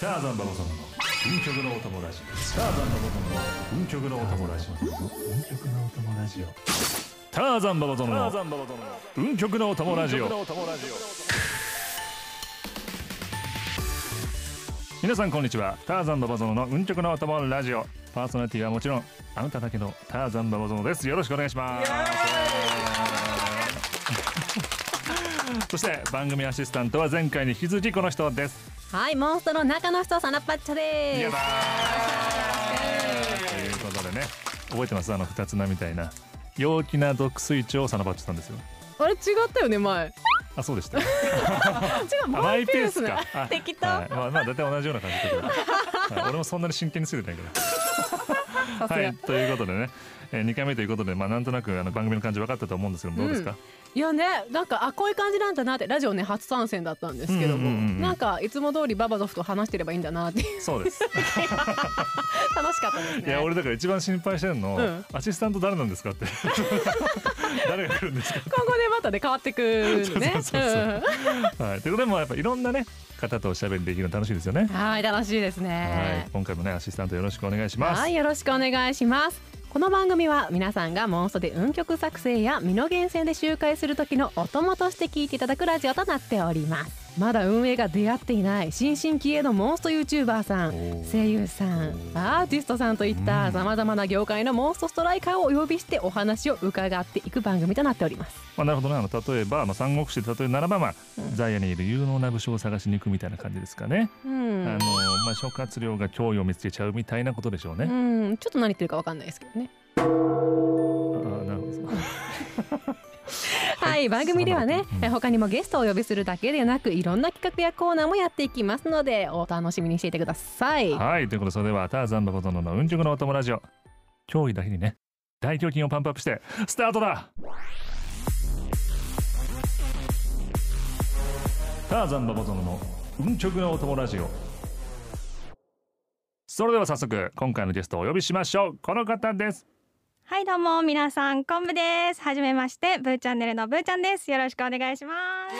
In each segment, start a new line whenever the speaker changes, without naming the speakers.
ターザンババ様の運極のお友達ターザンババ様の運極のお友達運極のお友ラジオターザンババ様の運極のお友ラジオ皆さんこんにちはターザンババゾノの運極のお供ラジオパーソナリティはもちろんあなただけのターザンババゾノですよろしくお願いしますそして番組アシスタントは前回に引き続きこの人です
はい、モンストの中の人、サナパッチャ
い
で
や
す
だ。ーということでね覚えてますあの二つ名みたいな陽気な毒水イをサナバッチョさんですよ
あれ違ったよね前。
あそうでした
あ違う
あマイペースか。あ
適当
はいまあまあ大体同じような感じだけど、はい俺もそんなに真剣にすぎてないから
さすが。
はいい、ということでね、えー、2回目ということで、まあ、なんとなくあの番組の感じ分かったと思うんですけどどうですか、
やねなんかあこういう感じなんだなってラジオね初参戦だったんですけども、
うんうんうんうん
なんかいつも通りババゾフと話してればいいんだなって
そうです
楽しかったですね。
いや俺だから一番心配してるの、
うん
アシスタント誰なんですかって 誰が来るんですか
今後ねまたね変わってくるのね。
そうそうそうはい、ということでもうやっぱいろんなね方とおしゃべりできるの楽しいですよね
うんはい楽しいです
は
ね
い。今回もねアシスタントよろしくお願いします
はいよろしくお願いしますこの番組は皆さんがモンストで運曲作成や身の源泉で周回する時のお供として聞いていただくラジオとなっておりますまだ運営が出会っていない新進気鋭のモンスト YouTuber さん
おー
声優さんアーティストさんといっ
う
た
ん
さまざまな業界のモンストストライカーをお呼びしてお話を伺っていく番組となっております
まあ、なるほどねあの例えば、まあ、三国志で例えるならば、まあザイアにいる有能な武将を探しに行くみたいな感じですかね、
うん
あのまあ、諸葛亮が脅威を見つけちゃうみたいなことでしょうね、
うんちょっと何言ってるかわかんないですけどね
ああなるほど
はい、番組ではね
そうなんだ、うん
え他にもゲストをお呼びするだけでなくいろんな企画やコーナーもやっていきますのでお楽しみにしていてください。
はいということでそれではターザンババゾノの運極のお友ラジオ脅威だけにね大胸筋をパンプアップしてスタートだターザンババゾノの運極のお友ラジオそれでは早速今回のゲストをお呼びしましょうこの方です
はいどうも皆さん昆布ですはじめましてブーチャンネルのブーちゃんですよろしくお願いします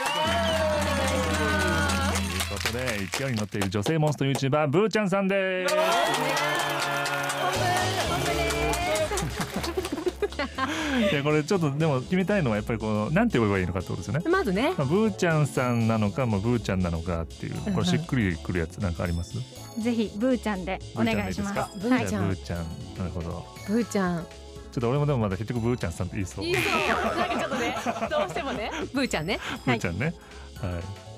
ということで勢いに乗っている女性モンスト YouTuber ブーちゃんさんですいやこれちょっとでも決めたいのはやっぱりこのなんて呼べばいいのかってことですよね
まずね、
まあ、ブーちゃんさんなのか、まあ、ブーちゃんなのかっていうこれしっくりくるやつなんかあります
ぜひブーちゃんでお願いします
ブ
はい
ーちゃんでいいですかじゃあブーちゃんなるほど
ブーちゃん。
ちょっと俺もでもまだ結局ブーちゃんさんって言いそう
いいそう、なんかちょっとね、どうしてもね、ブーちゃんね。
ブーちゃんねはい？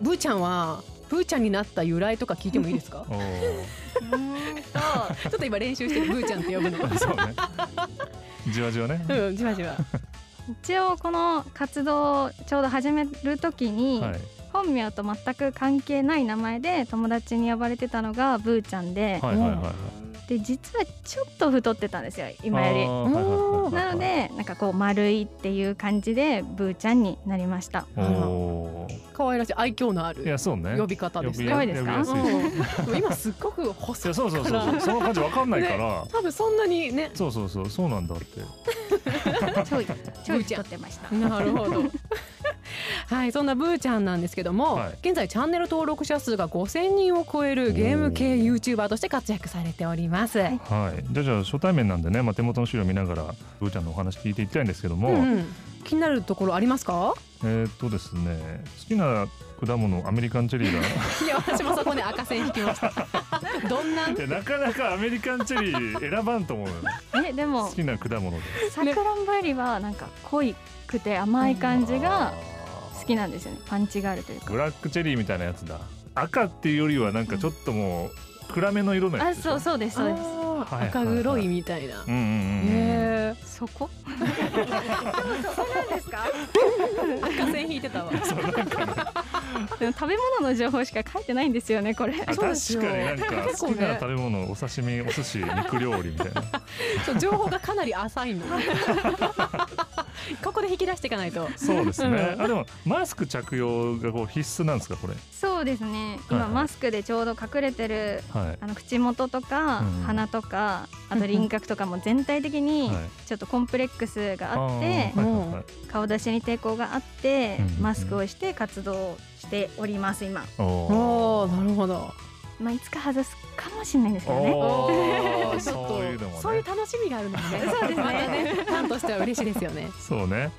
ブーちゃんはブーちゃんになった由来とか聞いてもいいですか
おー
ちょっと今練習してるブーちゃんって呼ぶの。
そうねじわじわね
うん、じわじわ。
一応この活動をちょうど始めるときに、
はい
本名と全く関係ない名前で友達に呼ばれてたのがブーちゃんで、
はいはいはいはい
で実はちょっと太ってたんですよ今
あ
よ
ーはいはいはいはい
りなのでなんかこう丸いっていう感じでブーちゃんになりました
おー
可愛らしい愛嬌のあ
い
る
やそうね
呼び方です
呼び
ね。
可愛いですか
呼びやすいし
うん今すっごく
い
細い
やそうそうそう
か
そうその感じわかんないから、
多分そんなにね。
そうそうそうそうなんだって
ちょいちょ
ブー
い
ちゃ
太
ん
ってました
なるほど。 はい、そんなブーちゃんなんですけども、
はい
現在チャンネル登録者数が5000人を超えるゲーム系ユーチューバーとして活躍されております。
い
はいじゃあじゃあ初対面なんでね、まあ、手元の資料見ながらブーちゃんのお話聞いていきたいんですけども、
うんうん気になるところありますか？
えーっとですね好きな果物アメリカンチェリー だ
いや、私もそこで赤線引きました。 どんな？
いやなかなかアメリカンチェリー選ばんと思うよね
えで
好
も
きな果物で
さくらんぼよりはなんか濃いくて甘い感じが好きなんですよねパンチがあるというか
ブラックチェリーみたいなやつだ赤っていうよりはなんかちょっともう暗めの色のや
あ
つでしょ
そうそうですそうで
あ
す
ー
はい
赤黒いみたいな。
うんうんうんうん
へえ、
そこ
赤線引いてたわ。
でも食べ物の情報しか書いてないんですよねこれ
あ確
そう
か
ですよ
になんか
結
好
構ね
きな食べ物お刺身お寿司肉料理みたいな
そう情報がかなり浅い の。ここで引き出していかないと。
そうですねあでもマスク着用がこう必須なんですかこれ
そうです
は
ね
い
今
はい
マスクでちょうど隠れてる
はい
あの口元とか
うん
鼻とかあと輪郭とかも全体的に
はい
ちょっとコンプレックス
あ
があっ
ーはい
て
はいはい
顔出しに抵抗があって
うん
マスクをして活動しております今
おー
おお、なるほど。
まあ、いつか外すかもしれないんですけどね。
おー
ちょっと
そういうのもね
そういう楽しみがあるのもね
そうですね
またねファンとしては嬉しいですよね
そうね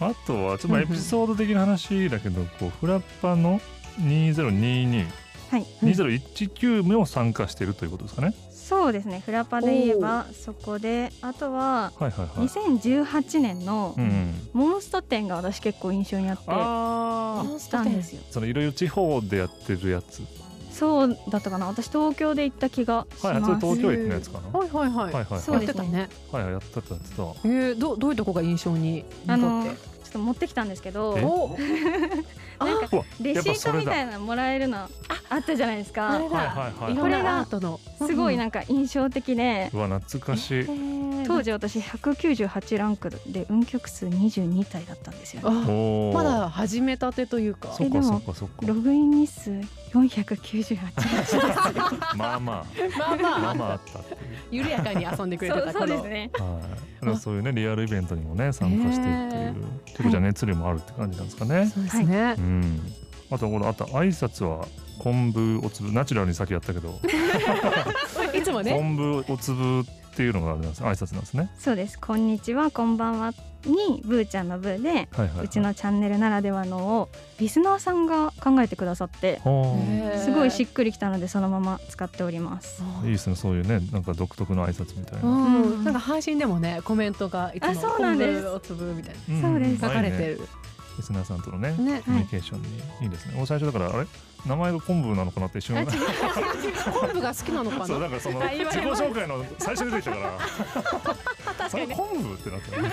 あとはちょっとまあエピソード的な話だけどこうフラッパの2022、
はい
2019も参加してるということですかね、
そうですね。フラパで言えばそこで、あとは
はいはいはい、
2018年の
うんうん、
モンスト展が私結構印象にあって。
あー
行ったんですよ。
そのいろいろ地方でやってるやつ
そうだったかな。私東京で行った気がし
はい
ま
はい
す。
それ東京駅のやつかなは
はいはいはい
いはいはい
そう
やってたね
はいはいやってたやってた
えー、どどういうとこが印象に
あ
残っ
のち
て
ょっと持ってきたんですけど
え
お
なん
あ
か
うわ
レシ
やっぱ
ー
そ
ト
れ
み
だ
たいなのもらえるのあったじゃないです
あれ
か
だ、
はいはいはい
いろんな
これが
アートの
すごい
な
なんか印象的で
うわ懐かしい
当時私198ランクで運極数22体だったんですよね
あ
おー
まだ始めたてというか
そっ
え
か
で
そ
も
っかそっ
ロ
か
グイン日数498
まあまあま
まあまあ
あまああったっていう
緩やかに遊んでくれて
そう
た
そう
こ
です
の
ね
はい、だからそういうねリアルイベントにもね参加していっていう、結構じゃあ熱量もあるって感じなんですかね。
そうですね、
うん、あとこのあと挨拶は昆布おつぶナチュラルにさっきやったけ ど、
い、つもね
昆布おつぶっていうのがあれなんです挨拶なんですね。
そうですこんにちはこんばんはにブーちゃんのブーで
はいはい、はいう
ちのチャンネルならではのをリスナーさんが考えてくださって
ほう
すごいしっくりきたのでそのまま使っております
いいですねそういうねなんか独特の挨拶みたいな。
うん、なんか配信でもねコメントがいつも
あそうなんです
昆布をつぶみたい
ん
そうです
な書かれ
うまい
て
ね
る、
リスナーさんとのね
ね
コミュニケーションにいいですね。もう最初だからあれ名前が昆布なのかなって一
あ違
瞬
う。違う違う昆布が好きなのか
そう
な
なんかその
あ言
自己
われます
紹介の最初に出てきたから。それ昆布ってなってる。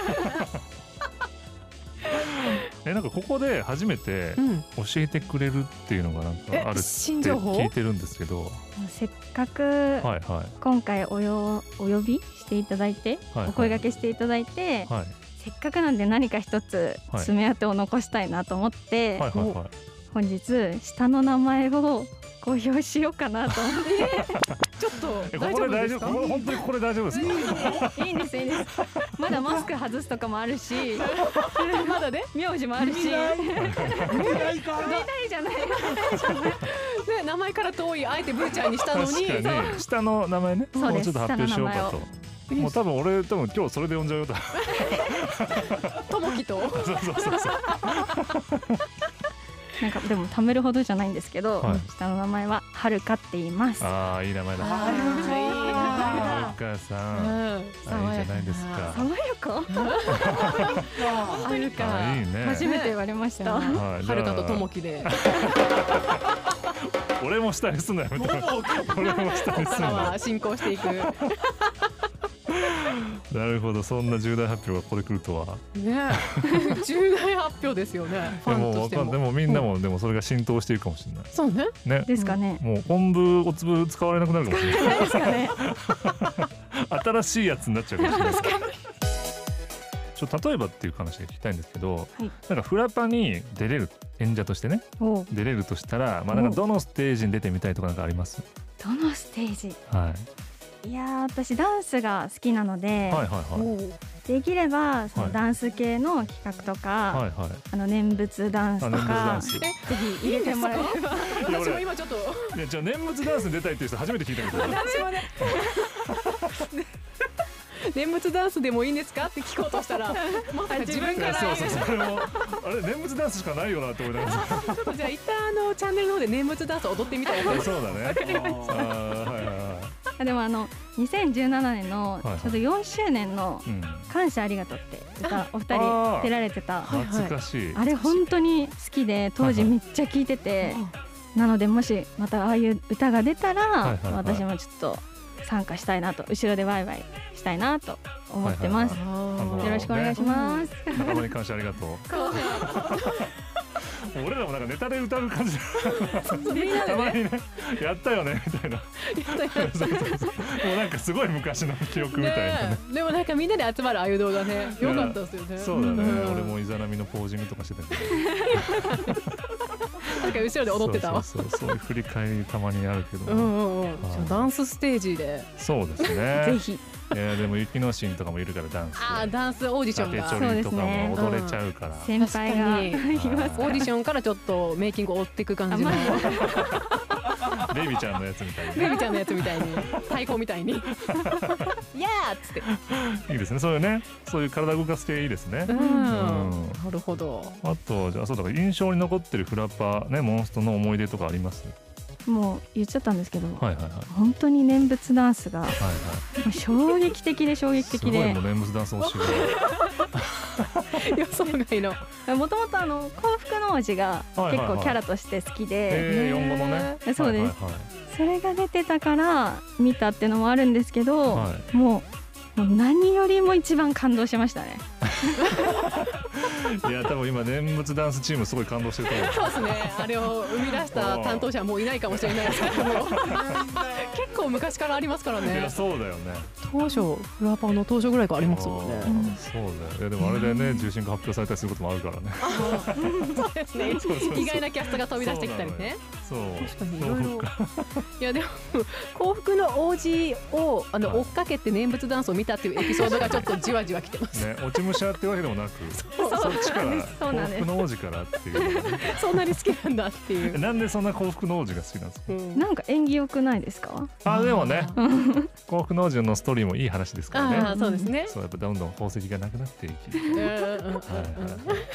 えなんかここで初めて
うん
教えてくれるっていうのがなんかある
え
って
新情報
聞いてるんですけど、
せっかく
はいは
今回およお呼びしていただいて、
はい
お声掛けしていただいて、
いはい
せっかくなんで何か一つ
はい
爪痕を残したいなと思って、
はいはいは
本日下の名前を公表しよう かなと思っ
ちょっ
い。え
と
こ
大
こ
丈
で大丈
夫です
夫
か
ここ本当にこれ大丈夫ですか？
ていいんですいいんですまだマスク外すとかもある し
まだね
名字もあるしないじゃない
ね名前から遠いあえてブーちゃんにしたのに
確かに下の名前ね
そう
もう
で
ち
す
ょっと発表しようか
下の
と。もう多分俺多分今日それで呼んじゃうよと。
ともきと
そうそうそうそう。
なんかでも貯めるほどじゃないんですけど、
はい
下の名前ははるかって言います
ああいい名前だ。は
あー
るか
い
さ
い
ん。
なうん
あいいじゃないですか。
爽やか
あるか
あいいね。
初めて言われました
は
はいい、
じゃあ
はるかとともきで、
俺も下に住んだよみたいな。俺も下
こ
に
こ
住ん
から
だ
は。進行していく。ね、
なるほど、そんな重大発表がこれ来るとは。
重大発表ですよね。フ
で
ァン
も、
と
わ
して
かんで
も。
もみんなも、でもそれが浸透していくかもしれない。
そうね。
ね。
ですかね、
もう昆布お粒使われなくなるかもしれ ない。
ですかね
新しいやつになっちゃうかもしれない。ちょっと例えばっていう話が聞きたいんですけど、
い
なんかフラパに出れる演者としてね
おう
出れるとしたら、まあなんかどのステージに出てみたいとかなんかあります？
どのステージ
はい
やー私ダンスが好きなの
い
で、
はいはいはい
できればそ
はい
のダンス系の企画とか、
はいはい。
あの念仏ダンス
あ
と
念仏ダ
か
ンス。
ぜひ入れてもらえれば
いや
私も
俺
今ちょっと。
いやじゃあ念仏ダンスに出たいっていう人初めて聞いた けど。
私もね。 念仏ダンスでもいいんですかって聞こうとしたら、まさか自分
い
か
や
ら。
そうそうそれもあれ念仏ダンスしかないよなって思いながら
ちょっとじゃあ一旦あのチャンネルの方で念仏ダンス踊ってみたいな。
そうだねあーはいはいはい
あでもあの2017年の
はいはい
ちょうど4周年の
うん
「感謝ありがとう」って歌お二
あ
人
ー
出られてた
はい
懐かしい
あれ本当に好きで当時
はいは
めっちゃ聴いててなのでもしまたああいう歌が出た
い
ら
はいはい
私もちょっと参加したいなと後ろでワイワイしたいなと思ってます
は
あ
い
ー
よろしくお願いします
仲間に感謝ありがとう俺らもなんかネタで歌う感じ
みんなで
たまに
ね。
ねやったよねみたいなそうそうそうもうなんかすごい昔の記憶みたいなね
ねえでもなんかみんなで集まるああいう動画ね良かったですよね
そうだね
ん
俺もイザナミのポージングとかしてたけど
なんか後ろで踊ってたわ
そうそうそうそういう振り返りたまにあるけ
うんう
ど
んうんじゃあダンスステージで
そうです ね
ぜひ
いやでも雪のシーンとかもいるからダンスで
ああダンスオーディションが
竹チョリとかも踊れちゃうから、
先輩
確
が
かにオーディションからちょっとメイキングを追っていく感じの
あま
ベイビーちゃんのやつみたいな
ベビちゃんのやつみたいに太鼓みた いに「やー!」っつって
いいですねそういうねそういう体動かす系いいですね
うん
ん
なるほど
あとじゃあそうだから印象に残ってるフラッパーねモンストの思い出とかあります
もう言っちゃったんですけど、
はいはいはいはい
本当に念仏ダンスが
はい
衝撃的で衝撃
す
的
ごい
で
もう念仏ダンス推しが
予想外の
もともとあの幸福の王子が結
はいはいは
構
い
キャラとして好きで、
えー、4語のね
えそうです
はい
それが出てたから見たってのもあるんですけど、
は
もうもう何よりも一番感動しましたね
いはい、いや多分今念仏ダンスチームすごい感動してると思う
そうですねあれを生み出した担当者はもういないかもしれないですけども結構昔からありますから
いや
ね
そうだよね
当初フラパーの当初ぐらいからありますもん
あ
ね
ーそうだよいやでもあれでね重心が発表されたりすることもあるからね
そうですね
そうそうそう
意外なキャストが飛び出してきたりね
そう
確かにいろいろいやでも幸福の王子をあの、
はい
追っかけて念仏ダンスを見たっていうエピソードがちょっとじわじわき てます
ね、落ち武者ってわけでもなくそっちから
そうなん
幸
です
福の王子からっていうね、
そんなに好きなんだっていう、
なんでそんな幸福の王子が好きなんですか
うん
なんか縁起良くないですか
あでもね
あ
幸福の王子のストーリーもいい話ですから
あ
ね
ーそうですね
そうやっぱどんどん宝石がなくなっていき
うんうんうんうん
はいはいはい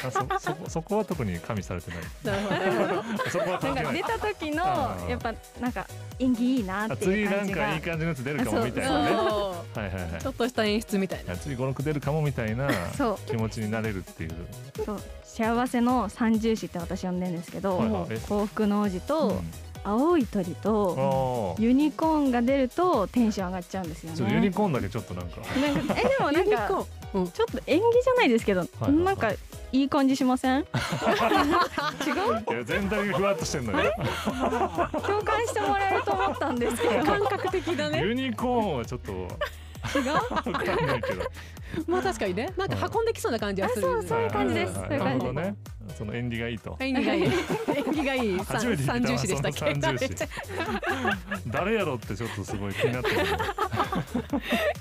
あそ そこそこは特に加味されてない
なるほどなるほど
そこは
な
関
ん
係な
か
い
出た時の
あー
やっぱなんか縁起いいな
あ
って
次
いう
な
感
ん
じ
か
が
いい感じのやつ出るかもみたいなねは
そ
いはいはいう
ちょっとした演出みたいな
あ次56出るかもみたいな
そう
気持ちになれるっていう
そう幸せの三重詩って私呼んでるんですけど、
はいはいえ
幸福の王子
うん
と青い鳥と
あー
ユニコーンが出るとテンション上がっちゃうんですよ
ちょっとユニ
ね。
コーンだけちょっとなんか
なんかえでもなんか
うん
ちょっと演技じゃないですけど、
はいはい
なんかいい感じし ません？違う？
いや全体がふわっとしてんのよ
共感してもらえると思ったんですけど、違う？
感覚的だね
ユニコーンはちょっとわかんないけど
まあ確かにねなんか運んできそうな感じはする
あそうそういう感じです
はは
そういう
な
感
る
じ
ほどねその縁起がいいと
演技がいい演技がいい
初めて聞いた
三重詞でしたっ
その
け
三重詞誰やろってちょっとすごい気になってる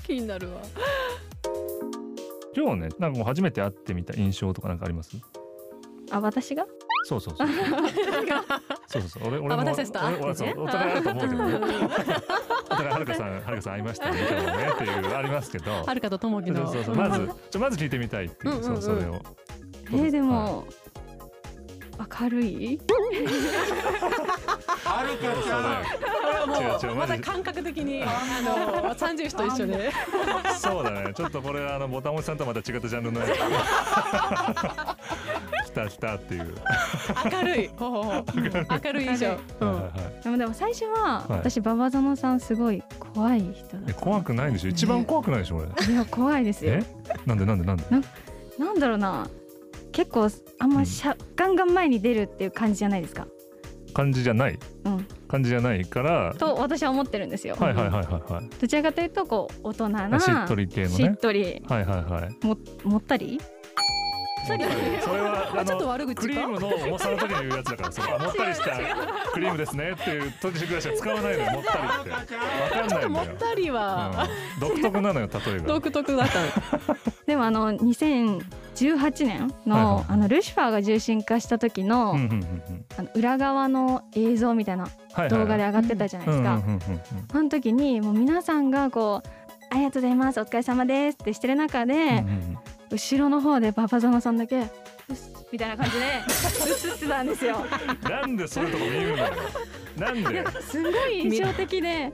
気になるわ
今日ねなんかもう初めて会ってみた印象とかなんかあります
あ私が？
そうそうそうそうそうそう俺俺も
あ私たちと会ってね
俺俺そうお互いあると思うけどねお互いはるかさんはるかさん会いましたね今日もねっていうありますけど
はるかとともき
そう
の
そうそうまずちょまず聞いてみたいっていう,、
うんうんうん
そうそれを
えーでも、明るい？
はるかちゃん
これはも
違う違う
う
マ
ま
ジ
た感覚的にあの三重詞と一緒で
そうだねちょっとこれあのボタンおじさんとはまた違ったジャンルのやつ 来た来たっていう、
明るいほうほうほう明るい印象うん
はいはいはい
でもでも最初は、
はい
私ババゾノさんすごい怖い人だ
え怖くないでしょ一番怖くないでしょ俺
いや怖いですよ
えなんでなんでなんで
なんだろうな結構あんましゃ、ガンガン前に出るっていう感じじゃないですか
感じじゃない
うん
感じじゃないから
と私は思ってるんですよ、
はいはいはいはいはい
どちらかというとこう大人な
しっとり系のね
しっとり
はいはいはい
ももったり
それはあ
ちょっと
の
悪口か
クリームの重さの時に言うやつだからそ れはもったりしたクリームですねっていう時ぐらいしか使わないの よもったり
は
っ
る
て
かちゃん
わかん
ちょっ
ない
と
ん
も
だ
っ
よ、
たりは
うん、独特なのよ例えば
独特だったの
でもあの2018年の,、
はいはい
あのルシファーが重心化した時の,、
うんうんうんうん
あの裏側の映像みたいな
はいはいはい
動画で上がってたじゃないですか、
うんうんうんうん
その時にもう皆さんがこう「ありがとうございますお疲れ様です」ってしてる中で、
うんうんうん
後ろの方でババゾノさんだけ「うっす」みたいな感じで映ってたんですよ。
なんでそういうとこ見るのよ。なんで。
すごい印象的で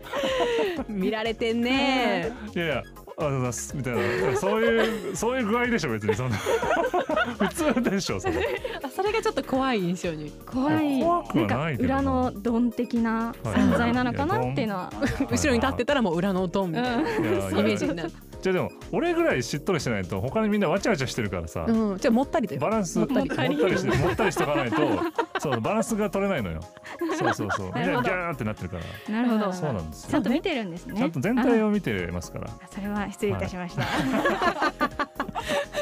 見られてんね
いやいや、ありがとうございますみたいな、そういう、そういう具合でしょ、別に、そんな。 普通でしょ、それ。
あそれがちょっと怖い印象に
怖い
怖くはないけど
ん
な
か裏のドン的な存在なのかなっていうのは、
後ろに立ってたらもう裏の音みたいな
た。いや
イ
い
メ
や
ージになる
じゃ、でも、俺ぐらいしっとりしてないと、他にみんなわちゃわちゃしてるからさ。
うんじゃあもったりだ
バ
よ
ランス
も
も
っ
ったた
り
りしてもったりしとかないとそうバランスが取れないのよそうそうそうみん
なる
な
ほど
ギャーってなってるから
なるほど
そうなんです
ちゃ
よ
んと見てるんですね
ちゃんと全体
を
を見てますから
それは失礼いたしました、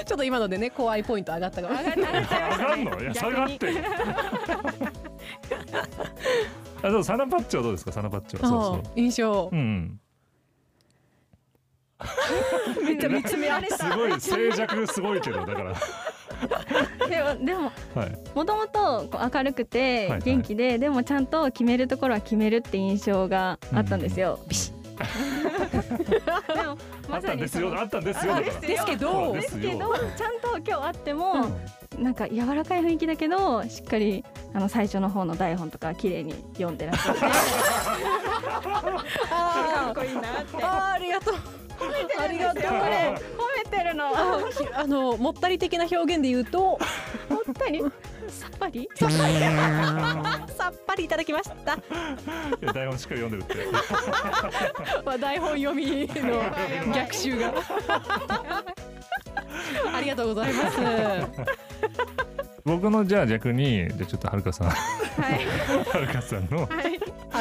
ちょっと今のでね怖いポイント上がったから
上がっちゃいま
上
した
がん
ね
のいや下
逆に
がってるあそうサナパッチはどうですかサナパッチはそうそう
印象
うんうん
めっちゃ見つめられ
すごい静寂すごいけどだから
でもでも
はい
もともとこう明るく
は
て
い
元気で、でもちゃんと決めるところは決めるって印象があったんですよ。ビシ ッでも
あったんですよあったんですよ
あ
だから
です
で
よ
すけ
そう
ど
で
ですす
よ
けどちゃんと今日会っても、なんか柔らかい雰囲気だけどしっかりあの最初の方の台本とか綺麗に読んでらっ しゃってかっこいいなって
あーありがとうありがとう
これ褒めてるの
あひあのもったり的な表現で言うと
本当にさっぱり
さっぱりいただきました
いや台本しっかり読んでるって
まあ台本読みの逆襲がありがとうございます
僕のじゃあ逆にじゃあちょっとはるかさんは
はい
るかさんの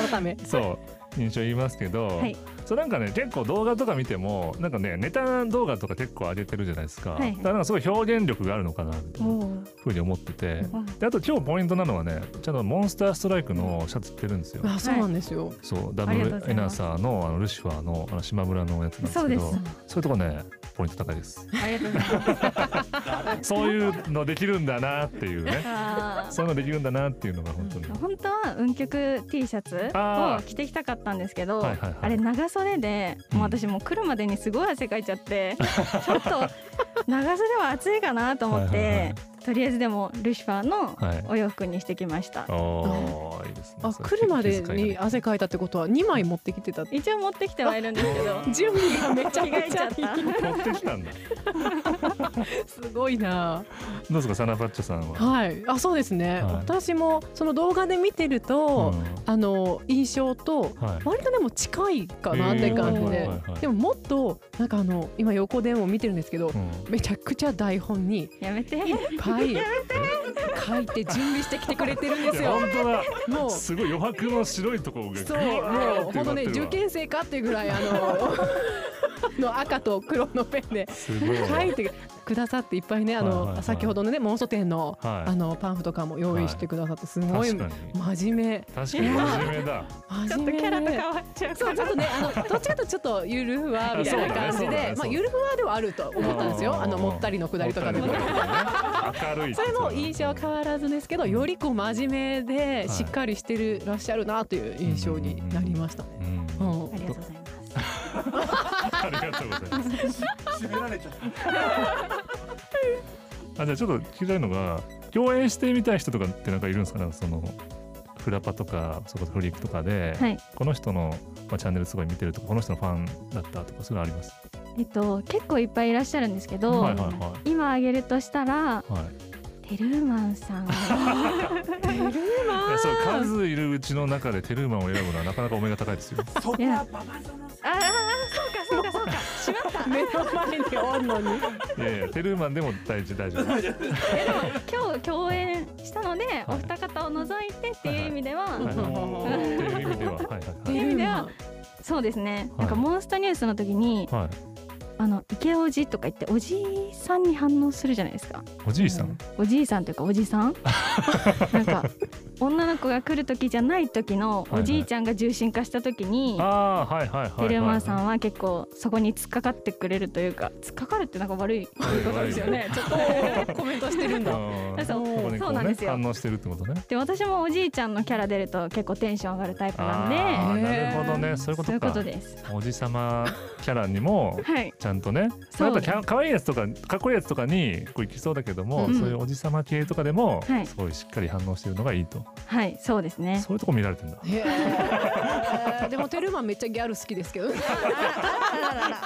改め
そう印象言いますけど、
はい
そうなんかね結構動画とか見てもなんかねネタ動画とか結構上げてるじゃないですか、
はい
だからなんかすごい表現力があるのかなみたいな
もう
ふうに思ってて
うん
であと今日ポイントなのはねちゃんとモンスターストライクのシャツ着てるんですよ、
あそうなんですよ、
そうダブ
あり
ル
がとうござ
エ
い
ナ
ます
サーのあのルシファーのあの島村のやつなんですけど
そうです
そういうとこねポイント高いです
ありがとうございます
そういうのできるんだなっていう ね
あー
そういうのできるんだなっていうのが本当に、
本当は運極 T シャツ
あー
を着てきたかったんですけど、
はいはいはい
あれ長袖で
うん
もう私もう来るまでにすごい汗かいちゃって ちょっと長袖は暑いかなと思っ
はい
て、
はいはい
とりあえずでもルシファーの
はい
お洋服にしてきました、
おーいいですね
あ
そう
来るまで
気遣い
に
がね
汗かいたってことは2枚持ってきてたって
一応持ってきてはいるんです けど
準備がめちゃ
着替
め
え
ち
ちゃ
ゃ
っ
い
た
い
持ってきたんだ
すごいな
どうですかサナパッチョさんは、
はいあそうですね、
はい
私もその動画で見てると、
う
あの印象と
んはい、
割とでも近いかな
えー
って感じ
は
は
い
で
いはいはい
でももっとなんかあの今横でも見てるんですけど
うん
めちゃくちゃ台本にいっ
やめて
ぱい書いて準備してきてくれてるんで
い
す
や
よ
本当だ
もう
すごい余白の白いところが
そ
ぐ
う、
わー
も
っ
う
て
本当
な
ね
ってる
受
わ
験生かっていうぐらい あのの赤と黒のペンです
ごいわ
書いてくださっていっぱいねあの、
はいはいはい
先ほどのねモンスト店の、
はい
あのパンフとかも用意してくださってすごい
確かに
真面目
確かに真面目だ
ち
真
ょっと
面目
キャラと
ね
変わっちゃうか
そう
ら
ちょっとね あのどっちかというとちょっとゆるふわみたい
そ
な感じ
うだねそうだね
で、まあゆるふわではあると思ったんですよあのもったりのくだりとかでも
も。ったりのくだりとかね明るい
それも印象は変わらずですけど、よりこう真面目
い
でしっかりしてるらっしゃるなという印象になりましたね。
うん
うん
ありがとうございます
ありがとうございます
締められちゃった。
あじゃあちょっと聞きたいのが共演してみたい人とかってなんかいるんですかねそのフラパとかそこフリークとかで、
はい
この人の、まあ、チャンネルすごい見てるとかこの人のファンだったとかそういうのあります
えっと結構いっぱいいらっしゃるんですけど、
はいはいは
今挙げるとしたら
いはい
テルーマンさん
いやそう数いるうちの中でテルーマンを選ぶのはな かなかお目が高いです よ
そこはババゾノさ
ああそうかそうかそう か
目の前におんの
い
に。
やいやテルーマンでも大事大丈夫
ん。いや
今日共演したので、お二方を除いてっていう意味では、
はいはいっていう意味でははいはい
い
は
う意味ではそうですね、なんかモンスターニュースの時に
い、はい、
あの池おじとか言っておじいさんに反応するじゃないですか
おじいさん、
おじいさんというかおじ さんなんか女の子が来る時じゃない時のおじいちゃんが重心化した時に、
ああーはいはいはいはい
テレマンさんは結構そこに突っかかってくれるというか突っかかるってなんか悪いことですよ ねちょっと
コメントしてるんだ。
あー
そう
ここね
そうなんですよ
こうね反応してるってことね
で私もおじいちゃんのキャラ出ると結構テンション上がるタイプなんで
あー
へ
なる
ー
ほどねそういうこ
そうい
と
うこ
か
とです
おじさまキャラに も
はい
ちゃんとね
そう
やっぱかかわいいやつとかかっこいいやつとかにこういきそうだけども、
うん
そういうおじさま系とかでも、
はい
すごいしっかり反応してるのがいいと、
はいそうですね
そういうとこ見られてんだ
へー でもテルマンめっちゃギャル好きですけどね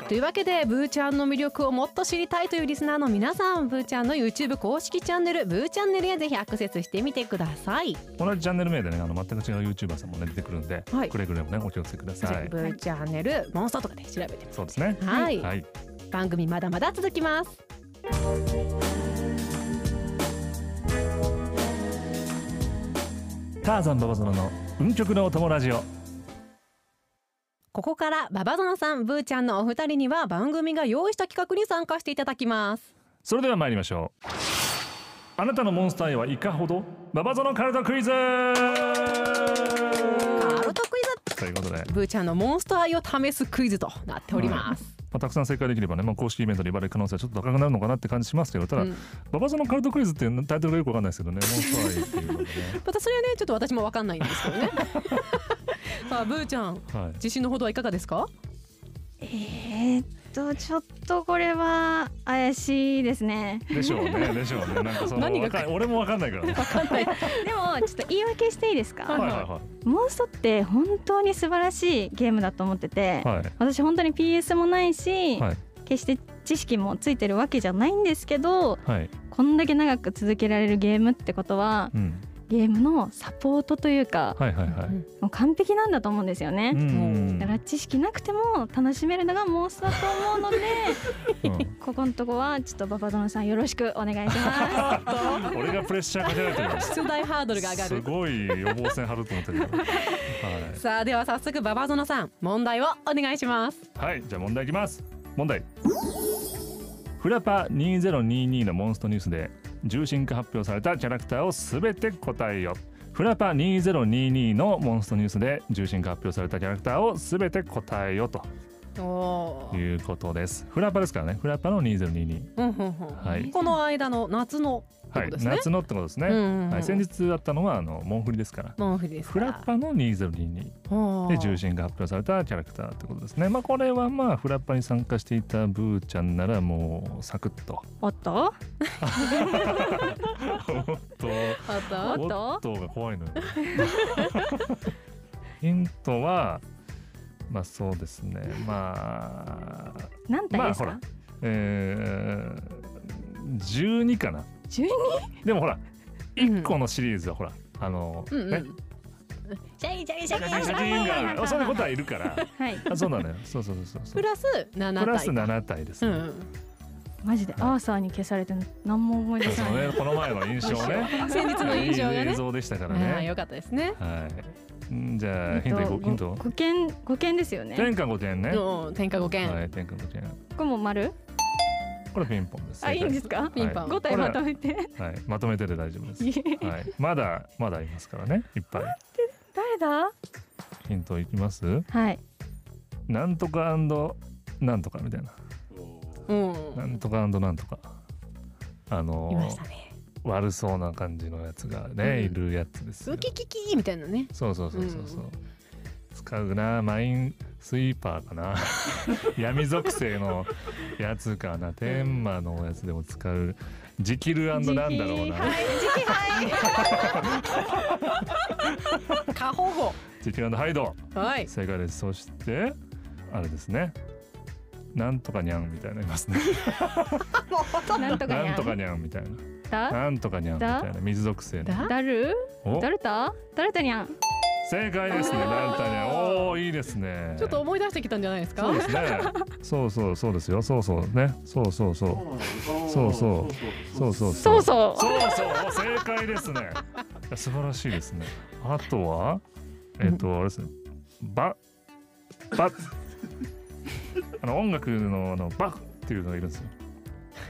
というわけでブーちゃんの魅力をもっと知りたいというリスナーの皆さんブーちゃんの YouTube 公式チャンネルブーチャンネルへぜひアクセスしてみてください、
同じチャンネル名でねあの全く違う YouTuber さんもね出てくるんで、
はい
くれぐれもねお気をつけください
ブーチャンネルモンスターとかで調べて
そうですね
はい、
はい
番組まだまだ続きます
ターザンババゾロの運極のお友ラジオ
ここからババゾノさんブーちゃんのお二人には番組が用意した企画に参加していただきます
それでは参りましょうあなたのモンスターへはいかほどババゾロカルトクイズ
カルトクイズ
ということで
ブーちゃんのモンスター愛を試すクイズとなっております、
あ、たくさん正解できればね、まあ、公式イベントで言われる可能性はちょっと高くなるのかなって感じしますけどただ、
うん
馬場さんのカルトクイズっていうタイトルがよくわかんないですけ どね、モンスター愛っていうのでね。
またそれはねちょっと私もわかんないんですけ どねさあブーちゃ
は
ん
い、
自信のほどはいかがですか
えーっとちょっとこれは怪しいですね
でしょうね、でしょうね、なんかその、
何が
わかん俺もわかんないからね。
でもちょっと言い訳していいですか、
はいは
モンストって本当に素晴らしいゲームだと思ってて、
いはい。はい。
私本当に PS もないし、
はい
決して知識もついてるわけじゃないんですけど
はい。
こんだけ長く続けられるゲームってことは
うん。
ゲームのサポートというか、
はいはいはい。
もう完璧なんだと思うんですよね。
うん
だから知識なくても楽しめるのがモンストだと思う ので
うん
ここのとこはちょっとババ殿さんよろしくお願いします。
俺がプレッシャーかけられてる から。
出題ハードルが上が
す
る
ごい予防線張ると思ってるけど。はい。
さあでは早速ババゾノさん問題をお願いします
はいじゃあ問題いきます問題フラパ2022のモンストニュースで重心化発表されたキャラクターをすべて答えよフラパ2022のモンストニュースで重心化発表されたキャラクターをすべて答えよと
おおー
いうことですフラパですからねフラパの2022
うんうんうん
はい
この間の夏のって
は
こ
い
とですね、
夏のってことですね、
うんうんうん
はい、先日あったのはあのモンフリですから
モンフリです
フラッパの2022で重心が発表されたキャラクターってことですねまあこれはまあフラッパに参加していたブーちゃんならもうサクッと
おっと
おっと
あった
おっと
おっとが怖いのよ ヒントはまあそうですねまあ
何体
まあ
です
ほ
か、
らえー、12かな
12?
でもほら
うん
1個のシリーズはほらあの、
うんう
ね
ん
シャリシャリシャ
シャ
リ
キンシャキンがあるそんなことはいるから
はい
あそうなのよそうそうそうそう
プラス7 体
プラス7体です
う
ね、
んうん
マジでアーサーに消されて何も思い
そ
出
う
せ
そ
な
う
い
ね、この前の印象ね。
先日の印象がね
いい映像でしたから
ああ
ね。
よかったですね
はい。んじゃ
え
あ、
っ
ヒン
と
トいこう、ヒント
ご。五件五件ですよね
天下五点ね。は
うん天下五剣、
い、天下五点。
ここも丸
これピンポンです。。
あいいんですすか
ピンポン
はい
五体まと めて
はい、まとめてで大丈夫です。はい、まだ、まだいますからね、いっぱい。
誰だ
ヒントいきます。
はい
なんとかなんとかみたいな。
うん
なんとかなんとか。あの
いましたね
悪そうな感じのやつがね、
うん
いるやつですよ
ウ。キキキみたいなね
そうそうそうそうそう。使うなマインスイーパーかな 闇属性のやつかな天魔のやつでも使うジキルなんだろうな
過保護
ジキルハイド
はい
正解ですそしてあれですねなんとかにゃんみたいなのいますね
なんとかに
な
ゃ
んとか
ん
にゃんみたいな
だ
なんとかにゃんみたいな水属性の
だ
だる
お
だるただるたにゃん
正解ですね
おー
なんとかにゃんおーいいですね
ちょっと思い出してきたんじゃないですか
そうですねそうそうそうですよそうそうねそうそうそうそうそうそうそう
そうそ
そうそう、正解ですね。素晴らしいですね。あとは、えっ、と、あれですね。ば、ば、あの音楽のあのバフっていうのがいるんですよ。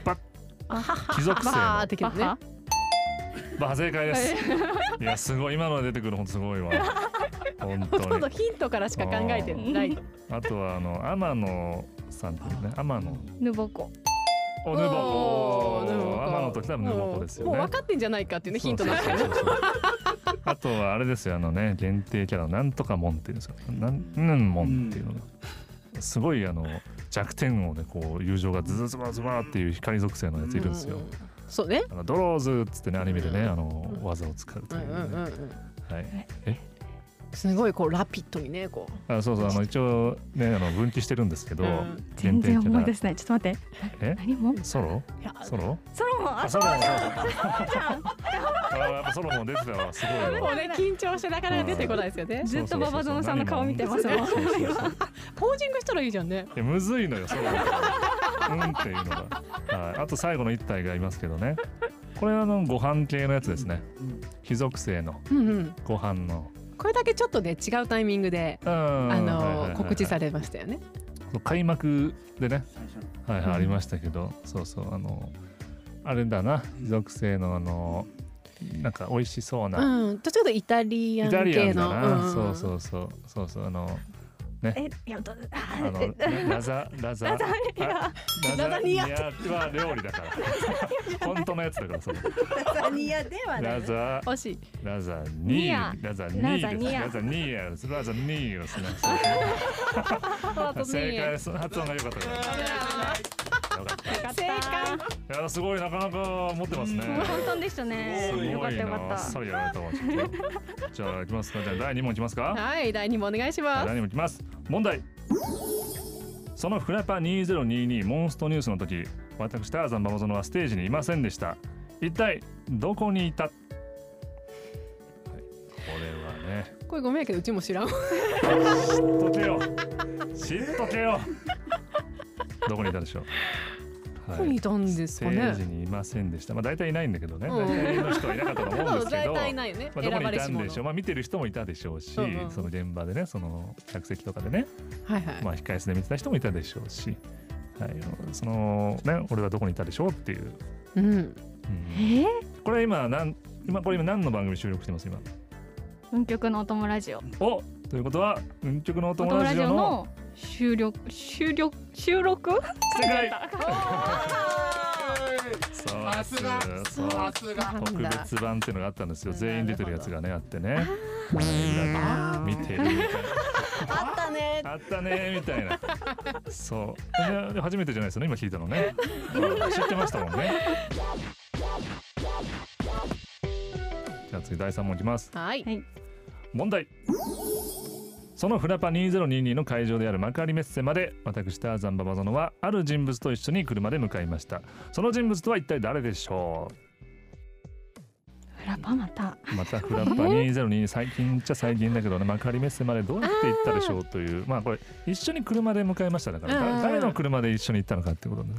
バ貴族性の
バーって
うバ
け
ッ
どね
ハ
バ正解です。いや、すごい、今の出てくる、本当すごいわ。本
ほと
当
んど
に。
ヒントからしか考えてない
あとは、あの、天野さんっていうね、天野。
ぬぼこ
お、ぬぼこ
お。ーヌボコ
天野ときたらぬぼこですよ
もう
ね。
もう分かってんじゃないかっていうねヒント
そ
な
うんそうそうそうあとはあれですよあのね限定キャラのなんとかモンっていうんですよなんうんモンっていうのが、すごいあの弱点をねこう友情がズズズバズバっていう光属性のやついるんですよ、
そうね
あのドローズっつってねアニメでね、あの技を使うと
う
い
ん
う
う
ね、
んうんうん
はい
すごいこうラピッドにねこう
あそうそうあの一応ねあの分岐してるんですけど、
うん
限
全
定
然
キ
思い
ャ
出
ラ
せないちょっと待って
え
何も
ソロ
いや
ソロ
ソロもあ
あソロ も あやっぱソロも出てたわすごい
こ
わ
うね緊張してなかなか出てこないですよね
ずっとババゾノさんの顔見てますも
そう
ん
そうそうそう
ポージングしたらいいじゃんね
いやむずいのよそれうんっていうのが、はい、あと最後の一体がいますけどねこれはあのご飯系のやつですね貴族性の
うんうん
ご飯の、
これだけちょっとね違うタイミングで
うん
あ
はいはいはいは
の
い
告知されましたよね
そう開幕でね、
最初の
はいはいありましたけどそうそうあのあれだな貴族性のあのなんか美味しそうな、
うん、ちょっとイタリア
イ
ン
タリア
系
ンだ
の。
な、
ん
そうそうそうそうそうあのね。
え いやどう
あ
あ
のねラザラザ
ラザニア
あラザニアは料理だから。本当のやつだからそれ。
ラニアでは
ラザ
惜しい
ラザニーラザニーですラ
ラ
ザ
ザ
ニーですラザニーですね。そう正解です。発音が良かったから。よかった。
正解
いやすごいなかなか持ってますね。
本当でした
す
ね
ごい
よかったよ
な。
か
あっ
っ
さ
た
りやられたわ。ちょっとじゃあ行きますか。じゃあ第二問いきますか。
はい第2問お願いし
はい
ます
第二問いきます。問題。そのフラパ2022モンストニュースの時、私ターザンバマゾノはステージにいませんでした。一体どこにいた？はいこれはね。
これごめんやけどうちも知らん
知っとけよ。知っとけよ。どこにいたでしょう。は
どこにいたんですか
政治
ね
にいませんでした。まあ大体いないんだけどね。
う
大
ん
体の人はいなかったと思うんです け
大
ど。
体ないよね
まあ、ど
選
こに
ば
い
れ
た
し
ん
者
でしょう、まあ、見てる人もいたでしょうし、
うんうん
その現場でねその客席とかでね、
はいはい
まあ、控え室で見てた人もいたでしょうし、はい、そのね俺はどこにいたでしょうっていう、
うん
うん
えー
これ今なん今これ今何の番組収録してます今
文曲のお友ラジオ
おということは「運極のお
お
友
友
ラ
ラ
ジ
ジ
オ」
オ
の
の収録収録収録
世界そう
さすが
そう
さすが
なんだ
特別版っていうのがあったんですよ全員出てるやつがねあってね
あー
見てるみたいな
あったね
あったねみたいな。そう。いや初めてじゃないですよね。今聞いたのね。知ってましたもんね。じゃあ次第三問いきます。
はい
はい
問題。そのフラパ2022の会場である幕張メッセまで私ターザンババゾノはある人物と一緒に車で向かいましたその人物とは一体誰でしょ
フラパまた
うまたフラパ2022最近っちゃ最近だけどね幕張メッセまでどうやって行ったでしょうというまあこれ一緒に車で向かいましただから
うん
だ誰の車で一緒に行ったのかってことね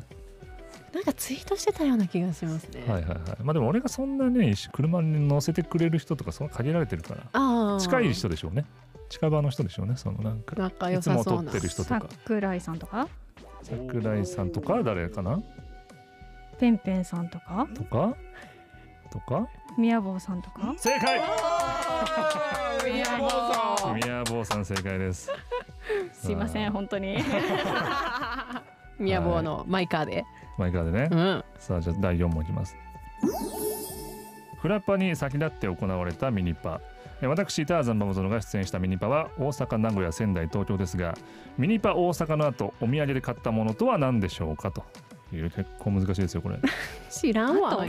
なんかツイートしてたような気がしますね、
はいはいはい。まあでも俺がそんなね、一緒車に乗せてくれる人とか、その限られてるから、
ああ
近い人でしょうね。近場の人でしょうね、そのなんか。
仲
い
良
つ
さ
も
そ
撮
う
っ
な
てる人とか、
桜井さんとか
桜井さんとか、誰かな
ペンペンさんとか
とかとか
宮坊さんとか
正解
いやもうさ
宮坊さん正解です。
すいませ
あ
ん
ー
本当に
宮坊のマイカーで、
マイカーでね。
うん
さあ、じゃあ第4問いきます。フラッパに先立って行われたミニパえ私ターザンバモゾノが出演したミニパは大阪名古屋仙台東京ですがミニパ大阪の後お土産で買ったものとは何でしょうかという結構難しいですよこ れ
知らんわ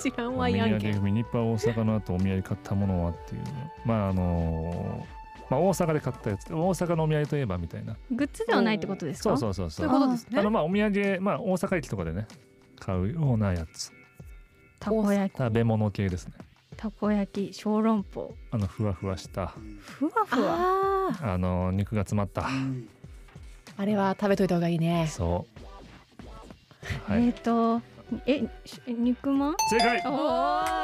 知らん
お
わ
土
やんけ
産ミニパ大阪の後お土産買ったものはっていうねまああのーまあ、大阪で買ったやつ大阪のお土産といえばみたいな
グッズではないってことです
そう
か
そうそうそ
そう
う
いうことです
あの
ね
まあお土産まあ大阪駅とかでね買うようなやつ
たこ焼き
食べ物系ですね
たこ焼き小籠包
あのふわふわした
ふわふわ
あ
あの肉が詰まった
ーあれは食べといた方がいいね
そう。は
えっ
い。
とえし肉まん
正解。
お
は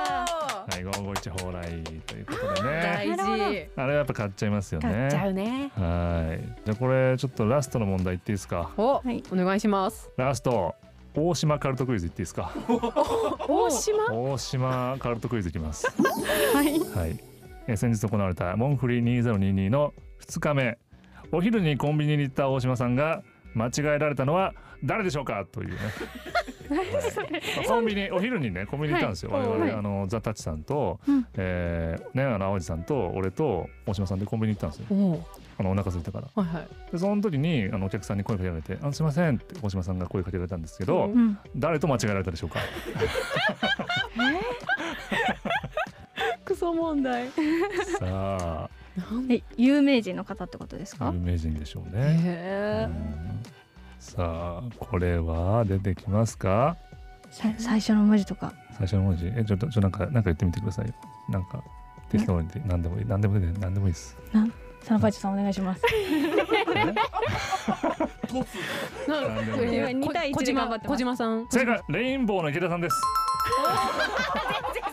ー
い、五五一蓬莱ということで
大
ね。
な
事
る
あれはやっぱ買っちゃいますよ
買
ね
っち。ゃうね
はい。じゃあこれちょっとラストの問題いっていいですか。
お、
はい
お願いします
ラスト大島カルトクイズいっていいですか。
大島
大島カルトクイズいきます。
はい
はい。えー先日行われたモンフリー2022の2日目、お昼にコンビニに行った大島さんが間違えられたのは誰でしょうかというね。はいまあコンビニお昼にねコンビニ行ったんですよ。
はい
我々、
はい
あのザタッチさんと、
うん
えーねあの青地さんと俺と大島さんでコンビニ行ったんですよ。
おお
あのお腹空いたから。
ーはいはい
でその時にあのお客さんに声かけられて、あのすいませんって大島さんが声かけられたんですけど、
うん
うん
誰と間違えられたでし ょうか。
クソ問題
さあ
なん
え有名人の方ってことですか
有名人でしょうね。
へ
さあこれは出てきますか
さ最初の文字とか
最初の文字えちょっとちょなんかなんか言ってみてくださいよなんかテストに何でもいい何でもいい何でもいいです
サラパチさんお願いします
トス
えなん
なんで
か
も
いい
こ
二対一
小
で頑
島
張ってます
小島さん
正解レインボーの池田さんです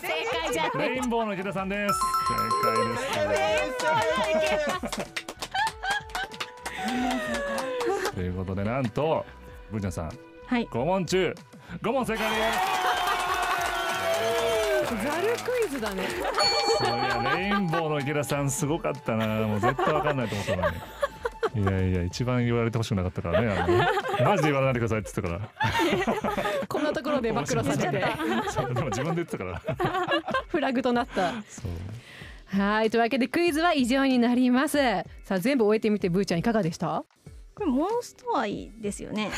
正解じゃ
レインボーの池田さんです正解ですということでなんとブーちゃんさん
はい
5問中5問正解です
ざるクイズ だね
いやレインボーの池田さんすごかったなもう絶対わかんないと思ったのにいやいや一番言われてほしくなかったからねあのねマジで言わないでくださいって言ってたから
こんなところで暴露されて
そうでも自分で言ってたから
フラグとなった
そう
はいというわけでクイズは以上になりますさあ全部終えてみてブーちゃんいかがでした
これモンスト愛ですよね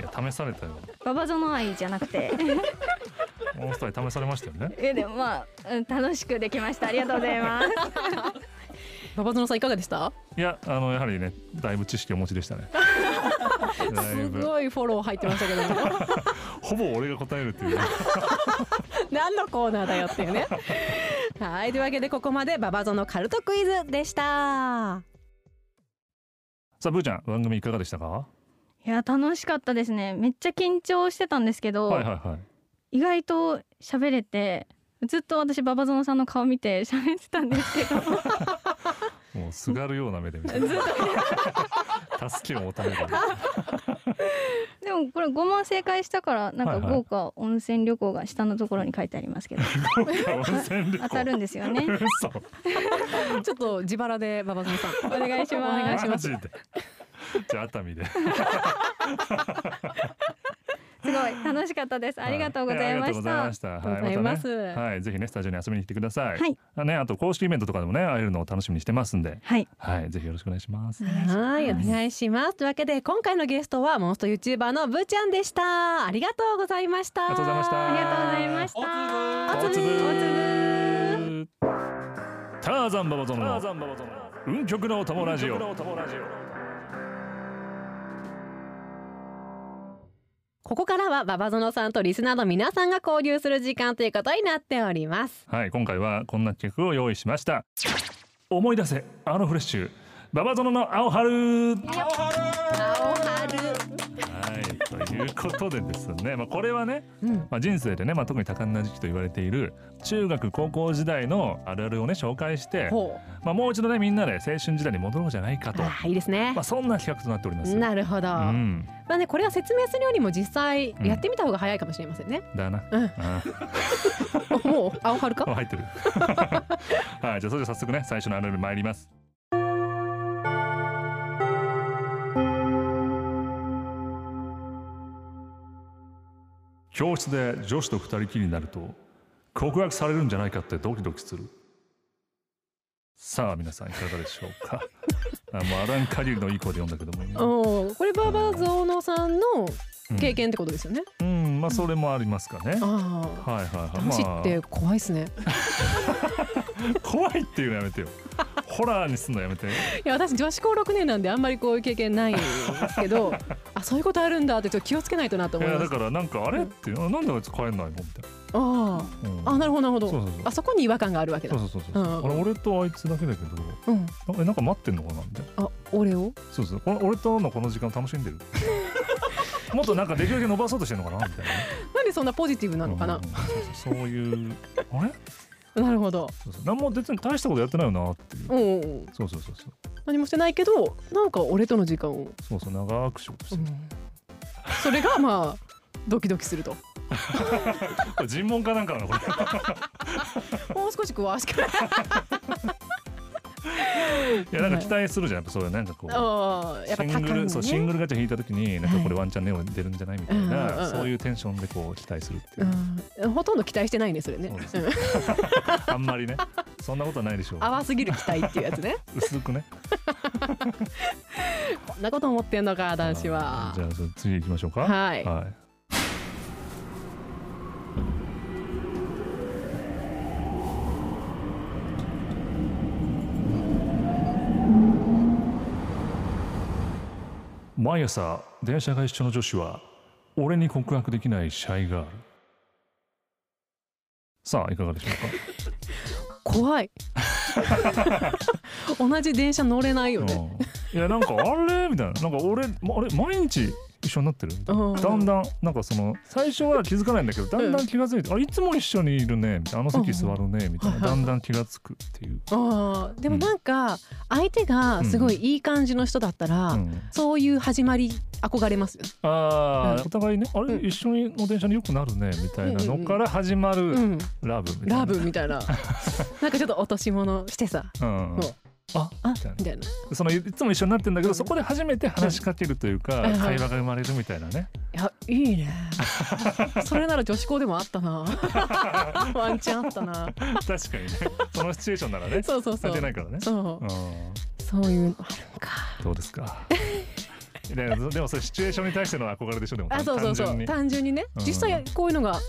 いや試されたよ
ババゾの愛じゃなくて
モンスターに試されましたよね
えでもまあ、うん、楽しくできましたありがとうござ います
ババゾノさんいかがでした
いやあのやはりねだいぶ知識をお持ちでした ねだい
す
ぶ
ごいフォロー入ってましたけども
ほぼ俺が答えるっていうね
何のコーナーだよっていう ねはいというわけでここまでババゾノカルトクイズでした
さあブーちゃん番組いかがでしたかはい
や楽しかったですねめっちゃ緊張してたんですけど、
いはいはい
意外と喋れてずっと私ババゾノさんの顔見て 喋ってたんですけど
もうすがるような目で見てた助けを求めて る
でもこれ5問正解したからな
は
ん
い
か
はい
豪華温泉旅行が下のところに書いてあ りますけど
温泉旅行
当たるんですよね
嘘
ちょっと自腹でババゾノさん
お願いしま
お
す
願いし
マ
ま
ジ
す
でじゃあ熱海です
ごい楽しかったです ありがとうございま
はいあ
した、
りがとうございましたはい
ありがとうございます
たねはいぜひねスタジオに遊びに来てください
はい
あねあと公式イベントとかでもね会えるのを楽しみにしてますんで
はい
はいぜひよろしくお願いします
はい、お願いします。というわけで、今回のゲストはモンストユーチューバーのぶーちゃんでした。ありがとうございました。
ありがとうございました
ありがとうございました
大粒ターザンババゾノの運極のお供ラジオ
ここからはババゾノさんとリスナーの皆さんが交流する時間ということになっております。
はい今回はこんな企画を用意しました思い出せあのフレッシュババゾノの青春
青春
はい、ということでですね、 まあ、これはね、
うん、
まあ、人生でね、まあ、特に多感な時期と言われている中学高校時代のあるあるをね紹介して、
ほ
まあ、もう一度ねみんなで青春時代に戻ろうじゃないか
う、
と、ま
あーいいですね
あ、。そんな企画となっております。
なるほど。
うん、
まあね、これは説明するよりも実際やってみた方が早いかもしれませんね。
だな。
うん
あ
おもう青春
ー
か。
入って る。はい、じゃあそれでは早速ね最初のあるある参ります。教室で女子と二人きりになると告白されるんじゃないかってドキドキするさあ皆さんいかがでしょう かあもうアラン・カリルのいい声で読んだけども今
おお、これババゾノさんの
うん
経験ってことですよね。
うんまあそれもありますかね、
ああ。
はいはいはい
男子
まあ
って怖いですね。
怖いっていうのやめ てよホラーにすんのやめて
いや私女子高6年なんであんまりこういう経験ないんです けどあそういうことあるんだってちょっと気をつけないとなと
い
思い
や
ま
だ
す
からなんかあれってあなんであいつ帰んないのみたい
あ
な、うん
ああなるほどなるほど
そうそうそう
あそこに違和感があるわけだ
そうそうそうそう、
うん
あれ俺とあいつだけだけど
うん
なえなんか待ってんのかなみたいな
あ俺を
そうそうこの俺とのこの時間楽しん でるもっとなんかできるだけ伸ばそうとしてんのかなみたいなね
なんでそんなポジティブなのか
う、
なん
そうそうそういうあれ
なるほど
そうそう何も別に大したことやってないよなっていう、
うんうんうん
そうそうそうそう
何もしてないけどなんか俺との時間を、
そうそう長く仕事して
う
る、
んそれがまあドキドキすると
これ尋問かなんかな のこれ
もう少し詳しく
いやなんか期待するじゃんやっぱそういうなんかこう
ああやっぱ
シング
高い
ル、
ね
そうシングルガチャ引いた時になんかこれワンチャンネオ出るんじゃないみたいな、
うんうんうん
そういうテンションでこう期待するっていうう、
ん、ほとんど期待してないねそれね
そうです
うん
あんまりねそんなことはないでしょう
淡すぎる期待っていうやつね
薄くね
こんなこと思ってんのか男子は
じゃあそ次行きましょうか
はい
毎朝電車が一緒の女子は俺に告白できないシャイガールさあいかがでしょうか
怖い同じ電車乗れないよね
うんいやなんかあれみたいななんか俺まあれ毎日一一緒になってるみたいな
うん
だんだんなんかその最初は気づかないんだけどだんだん気が付いて、あいつも一緒にいるねみたいなあの席座るねみたいな、
うん
だんだん気が付くっていう、
あーでもなんか相手がすごいいい感じの人だったら、
うん
そういう始まり憧れますよね
あー
うん
お互いねあれ、
うん
一緒にの電車によくなるねみたいなのから始ま
う
る
ん、
ラブみたいな、
ラブみ たいななんかちょっと落とし物してさ
うん
もう
あ
あ
みたい
みたいな
なそのいいつも一緒になってんだけど、
うん
そこで初めて話しかけるというか、
うん
会話が生まれるみたいなね、
いやいいねそれなら女子校でもあったな ワンチャンあったな
確かにねそのシチュエーションならね
そうそうそ
関
う
係ないからね
そう
う、ん
そういうのあるんか
どうです かででもそれシチュエーションに対しての憧れでしょでも
あそうそうそう単純
単純
に
に
ね、
うん
実際こういうのがあっ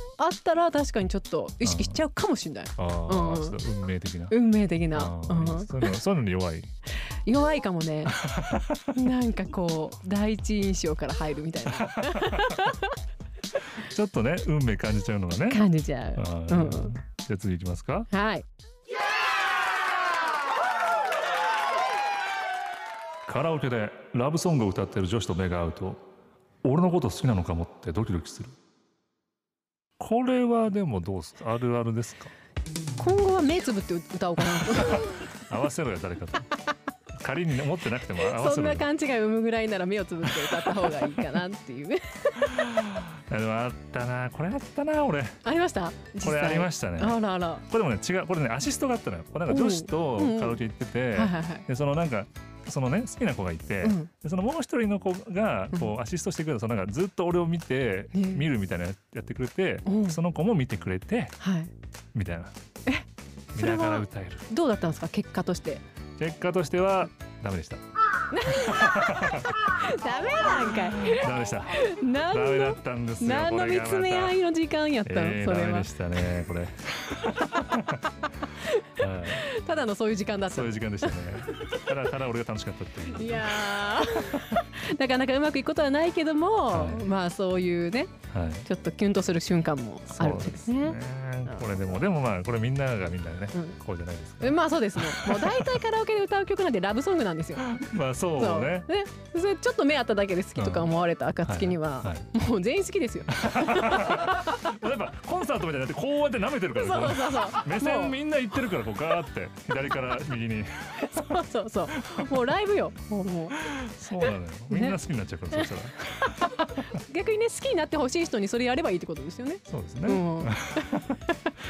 たら確かにちょっと意識しちゃうかもしれない、
あー
うん
ちょっと運命的な、
運命的な
あ、
う
ー
ん、
そういうのそういうのに弱い
弱いかも ねなんかこう第一印象から入るみたいな
ちょっとね運命感じちゃうのがね
感じちゃう
あ、ー
うん、
じゃあ次いきますか
はい
カラオケでラブソングを歌ってる女子と目が合うと俺のこと好きなのかもってドキドキするこれはでもどうですかあるあるですか
今後は目つぶって歌おうか
合わせろよ誰か と仮にね持ってなくても合
な
わ
そ
せ
ん
ろよ
な勘違いを生むぐらいなら目をつぶって歌った方がいいかなっていう
あでもあったなこれあったな俺
ありました
これありま
し
したね
あらあらは
これでもね違うこれねアシストがあったのよこれなんか女子と
うんうん
カラオケ行ってて、
いはいはい、
でそのなんかそのね好きな子がいて、
うん、
でそのもう一人の子がこうアシストしてくれたそのなんかずっと俺を見て、
ね
見るみたいなのやってくれて、
うん
その子も見てくれて
はい
みたいな見
それ
な
は
がら歌える
どうだったんですか結果として
結果としてはダメでした
ダメなんかい
ダメでした
何
ダ
の
メだったんですよ
何
こ
の
れ
見
がまた
つめ合いの時間やったの、
えー
そ
ダ
れ
メ
は
でしたねこれ はい
ただのそういう時間だった
そうい
の
う時間でしたねただただ俺が楽しかったっていう
いや ーなかなかうまくいくことはないけども、
はい
まあそういうね
はい
ちょっとキュンとする瞬間もあるん
そう
で
ですす
ね
ね。これでもでもまあこれみんながみんなね、
うん
こうじゃないですか
え。まあそうですね。もう大体カラオケで歌う曲なんてラブソングなんですよ。
まあそうね。
ねそれちょっと目あっただけで好きとか思われた暁には、
はい
もう全員好きですよ。
やっぱコンサートみたいになってこうやって舐めてるか
そうそ
ら、
う
ね、
そうそう。
目
も
線
う
みんな行ってるからこうガーって左から右に
そうそうそう。もうライブよ。もうも
そうなのよみんな好きになっちゃうから、そしたら
う逆にね好きになってほしい人にそれやればいいってことですよね。
そうですね、
うん。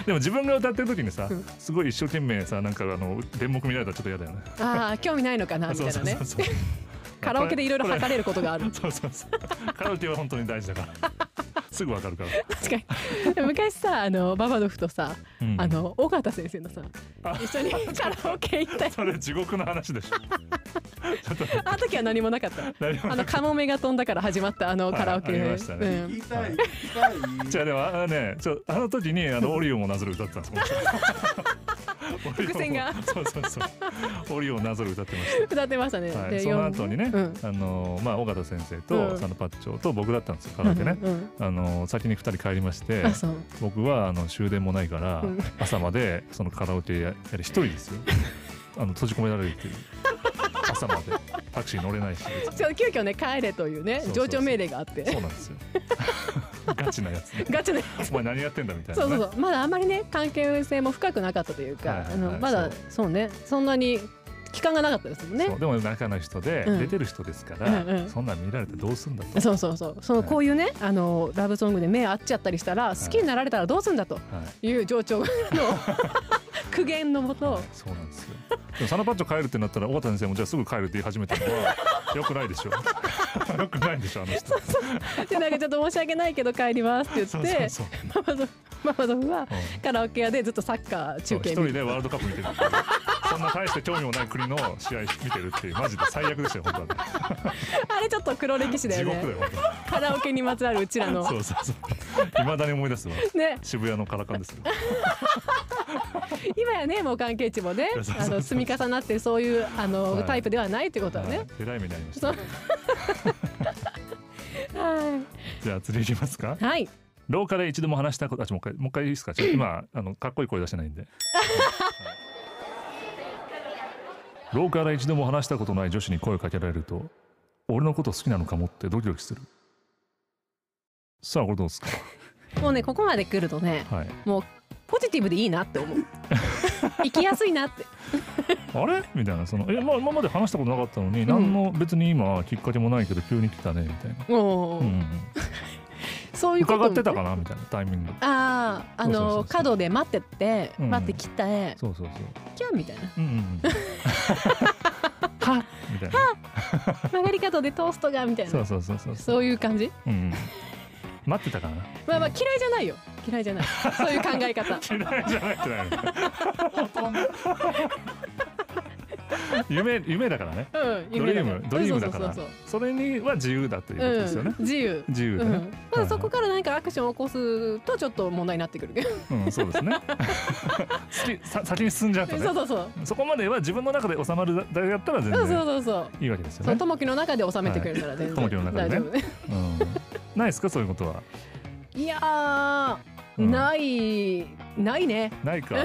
でも自分が歌ってる時にさ
うん
すごい一生懸命さなんかあの電目見られたらちょっと嫌だよね
ああ興味ないのかなみ た
そ
いうな
そうそ
ね
う。そう
カラオケでいろいろ測れることが ある。
そうそうそうカラオケは本当に大事だからすぐわかるから、
確かに。昔さあのババドフとさ
うん
あの尾形先生のさ
あ
一緒にカラオケ行ったよ
それ地獄の話でしょちょっと
あの時は何もなかった。
何も
あのカモメが飛んだから始まったあのカラオケ。
はいありましたね
うん
聞きたい聞き
じ
た
ゃ
い
あでもあのねちょあの時にあのオリオンをなぞる歌って たんです僕オリオンを
伏線が
そうそうそうオリオンをなぞる歌ってまし
歌ってましたね。
た、は
で
い、その後にね、
うん
あのまあ尾形先生と
うん
佐野パッチョと僕だったんですよカ
う
ラオ
ん
ケね、
うん
あの先に2人帰りまして
あそう。
僕はあの終電もないから、
うん
朝までそのカラオケややり一人です よあの閉じ込められるっていう朝までタクシー乗れないし
ちょっと急遽ね帰れという
そ
ね
うそうそう
上長命令があって。
そうなんですよ ガチなやつね
ガチで。
お前何やってんだみたいな
そ
ね
うそうそうまだあんまりね関係性も深くなかったという
はい
か
は、い
あ
は
の
い
まだ
そ
そうねそんなに期間がなかったですもん
そ
ね
う。でも中の人で、
うん
出てる人ですから、
うんうん
そんなん見られてどうすんだと、
そうそうそうその
はい
こういうねあのラブソングで目合っちゃったりしたら好きになられたらどうすんだと
はい
いう上長の苦言のも
は
と
い。そうなんですよでもサナパッチョ帰るってなったら尾形先生もじゃあすぐ帰るって言い始めたの はよくないでしょよくないでしょあの人
でなんかちょっと申し訳ないけど帰りますっ て
そ
言っ
うそ
て
うそう、うん
ママゾフママゾフはカラオケ屋でずっとサッカー
そう一
中継
人
見る
でワールドカップ見てるっていうそんな大して興味もない国の試合見てるっていうマジで最悪ですよ本当に
あれちょっと黒歴史だ
地
よ
獄だ
ね
よ本
カラオケにまつわるうちらの
当に そうそうそういまだに思い出すわ
ね
渋谷のカラカンですよ
今やねもう関係値もね
そうそうそう
あの積み重なってそういうあ
は
の
い
タイプではないってことは
は
ね
いえらい目にありました
そうは
じゃあ次いきますか
いはい
廊下で一度も話したことあちょもう一回もう一回いいですかちょっと今あのかっこいい声出してないんではい廊下で一度も話したことない女子に声をかけられると俺のこと好きなのかもってドキドキするさあこれどうですか
もうねここまで来るとね
はい
もうポジティブでいいなっ て思う生きやすいなって
あれみたいなそのえ、まあ、今まで話したことなかったのに、何の別に今きっかけもないけど急に来たねみたいな、
もう、
うんうん
そう
うん、
いうこと
伺ってたかなみたいなタイミング
あああ
そうそうそうそ
の
う
角で待ってって、
うん
待って来たえ
そうそうそう
キャンみたいな
うんうんうん はみたいな
曲がり角でトーストがみたいな
そ
そう
うそうそうそう
いう感じ
うんうん、待ってたかな
まあまあ嫌いじゃないよ嫌いじゃないそういう考
嫌い
え方
じゃないじゃない夢夢だからね
うん
ドリームドリームだから
そうそう
それには自由だというこ
そ
と
うそ
ですよ
う
ね
うん、、自由
自由
う
でね、
ん、ただそこから何かアクションを起こすとちょっと問題になってくるけど、
うんそうです ね先さ先に進んじゃうとね
そうそうそう
そこまでは自分の中で収まるだけだったら全
そうそう
然
そうそう
いいわけです
そ
よ
の
ね。
ともきの中で収めてくれるから全然、
はい友樹の中でね
大丈夫ね
うん、ないですかそういうことは。
いやー、
うん
ないないね
ないか。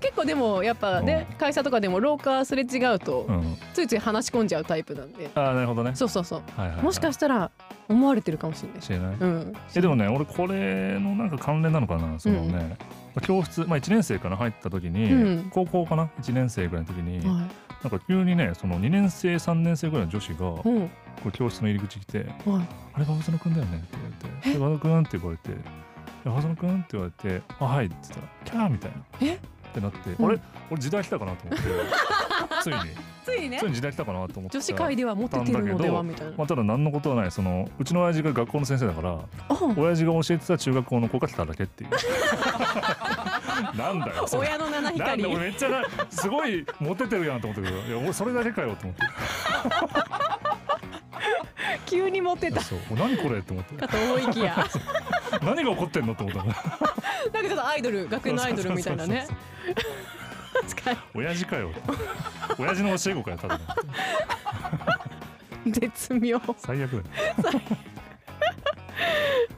結構でもやっぱね、会社とかでも廊下すれ違うと、
うん、
ついつい話し込んじゃうタイプなんで
ああなるほどね。
そうそうそう
はいはいはい、
もしかしたら思われてるかもしれない
しれない。
うん
えでもね俺これのなんか関連なのかなそのね、教室まあ1年生から入った時に、
うん
高校かな1年生ぐらいの時に、
は
なんか急にねその2年生3年生ぐらいの女子がこ
い、うん
う教室の入り口来て
はい
あれ、ババゾノくんだよねって言われて、でババゾノくんって呼ばれて、でババゾノくんって言われて、あ、はいって言ったら、キャーみたいな。
え
ってなって、
ん
あれ俺時代来たかな と思って、ついに、
ついにね
ついに時代来たかなと思って。
女子会ではモテてるのではみたいな
まあ、ただ何のことはないそのうちの親父が学校の先生だから
あ
親父が教えてた中学校の子が来ただけって いうなんだよそれ
親の七
なん
光
だ俺めっちゃなすごいモテてるやんと思ったけどいや俺それだけかよと思っ
急にモ テ
て
た
そう俺何これと思って
かと思いきやなんか
何が起こってんのと思った
ちょっとアイドル学園のアイドルみたいなね
そう
確か
親父かよ親父の教え子かよただの
に 絶妙
最悪だよ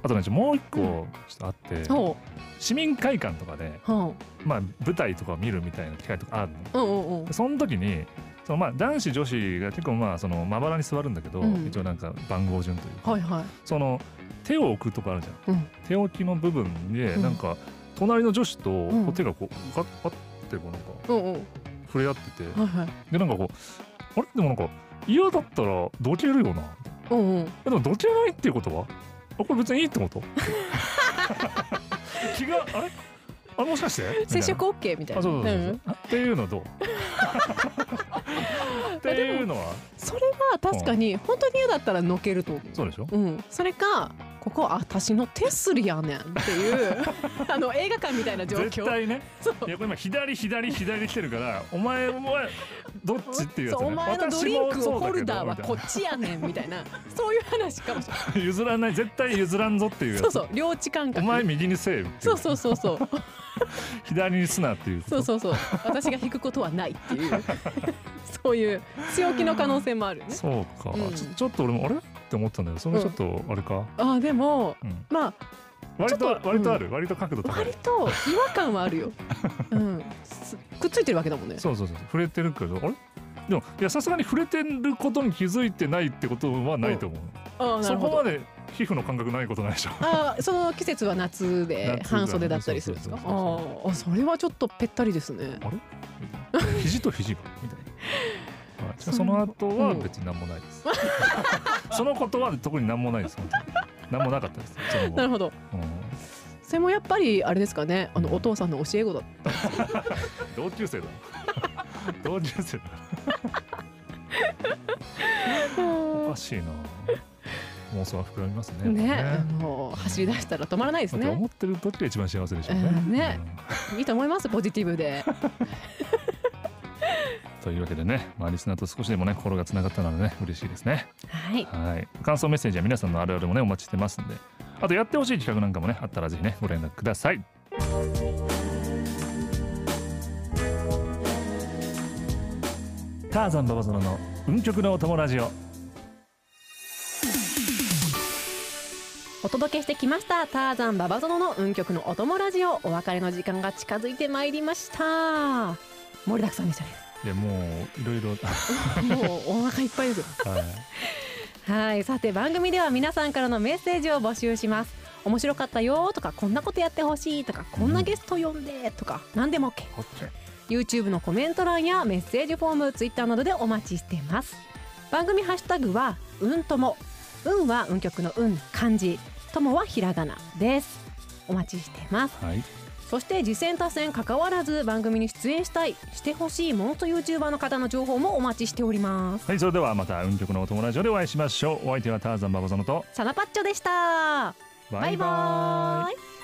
あとねちょもう一個ちょっとあって
そ
市民会館とかで、
ううん
まあ、舞台とか見るみたいな機会とかあるの
うんうんうん
でその時にそのまあ男子女子が結構まあそのまばらに座るんだけど、
うん
一応なんか番号順というか
はいはい
その手を置くとかあるじゃん、
うん
手置きの部分で
うん
なんか隣の女子とこ
ん
う手がこうガッパッてこうなんか
うんうん
触れ合ってて、
はいはい
でなんかこうあれでもなんか嫌だったらどけるよな
うんうん
えでもどけないっていうことはあこれ別にいいってこと 気があれあれもしかして
接触 OK みたいな
あそうそうそうそう、
ん
っていうの どうっていうのは
それは確かに本当に嫌だったらのけると思う
そうでしょ
うん、それかここ私の手すりやねんっていう あの映画館みたいな状
絶
況
対ね
そう
いやこれ今左左左で来てるからお前お前どっちっていうやつ
そ
ね
うお前のド
私
リン
も
ク
そ
を
うだ
ホ
け
ル
ど
ダーは
みたい
こ
な
っちやねんみたいなそういう話かもしれない
譲らない絶対譲らんぞっていうやつ
そうそう領地感
お
覚
前右にせえっていう
そうそうそうそう
左にすなっていうこと
そうそうそう私が引くことはないっていう そういう強気の可能性もあるよね
そうか、
うん
ちょちょっと俺もあれって思ったんだけどそれはちょっとあれか、
あーでも
うん
ま
割と
ちょっと
割とある、割と角度
あ
高い
割と違和感はあるよ、うん、すくっついてるわけだもんね
そうそうそう触れてるけどあれでもいやさすがに触れてることに気づいてないってことはないと思う、
あーな
そ
るほ
こ
ど
まで皮膚の感覚ないことないでし ょ
あーその季節は夏
夏だ
で
ね
半袖だったりするんですか。あ
そうそうそう
ーあそれはちょっとぺったりですね。
肘と肘がみたいな、はい、その後は別に何もないです、 そのことは特に何もないです本当に何もなかったですその後
なるほど。
うん
それもやっぱりあれですかね。あ
うん
のお父さんの教え子だ。
同級生だ 同級生だおかしいな妄想は膨らみますね
ね
やっぱ
あの走り出したら止まらないです
だって
ね
思。ってる時が一番幸せでしょう
う
ね。
んねいいと思います。ポジティ ブで。
うんというわけでね、まあ、リスナーと少しでもね心がつながったのでね嬉しいですね。
はい。
はい感想メッセージは皆さんのあるあるもねお待ちしてますんであとやってほしい企画なんかもねあったらぜひねご連絡ください。ターザンババゾロの運極のお友ラジオ
お届けしてきましたターザンババゾノの運極のお供ラジオお別れの時間が近づいてまいりました。盛りだくさんでしたね。
いやもういろいろ
もうお腹いっぱいですよ。
はい
はいさて番組では皆さんからのメッセージを募集します面白かったよとかこんなことやってほしいとかこんなゲスト呼んでとか何でも OK YouTube のコメント欄やメッセージフォーム Twitter などでお待ちしています番組ハッシュタグはうんともうんは運曲のうん漢字ともはひらがなですお待ちしています
はい
そして次戦他戦関わらず番組に出演したいしてほしいモンスト YouTuber の方の情報もお待ちしております
はいそれではまた運極のお友達でお会いしましょうお相手はターザンババゾノと
サナパッチョでしたバイバーイ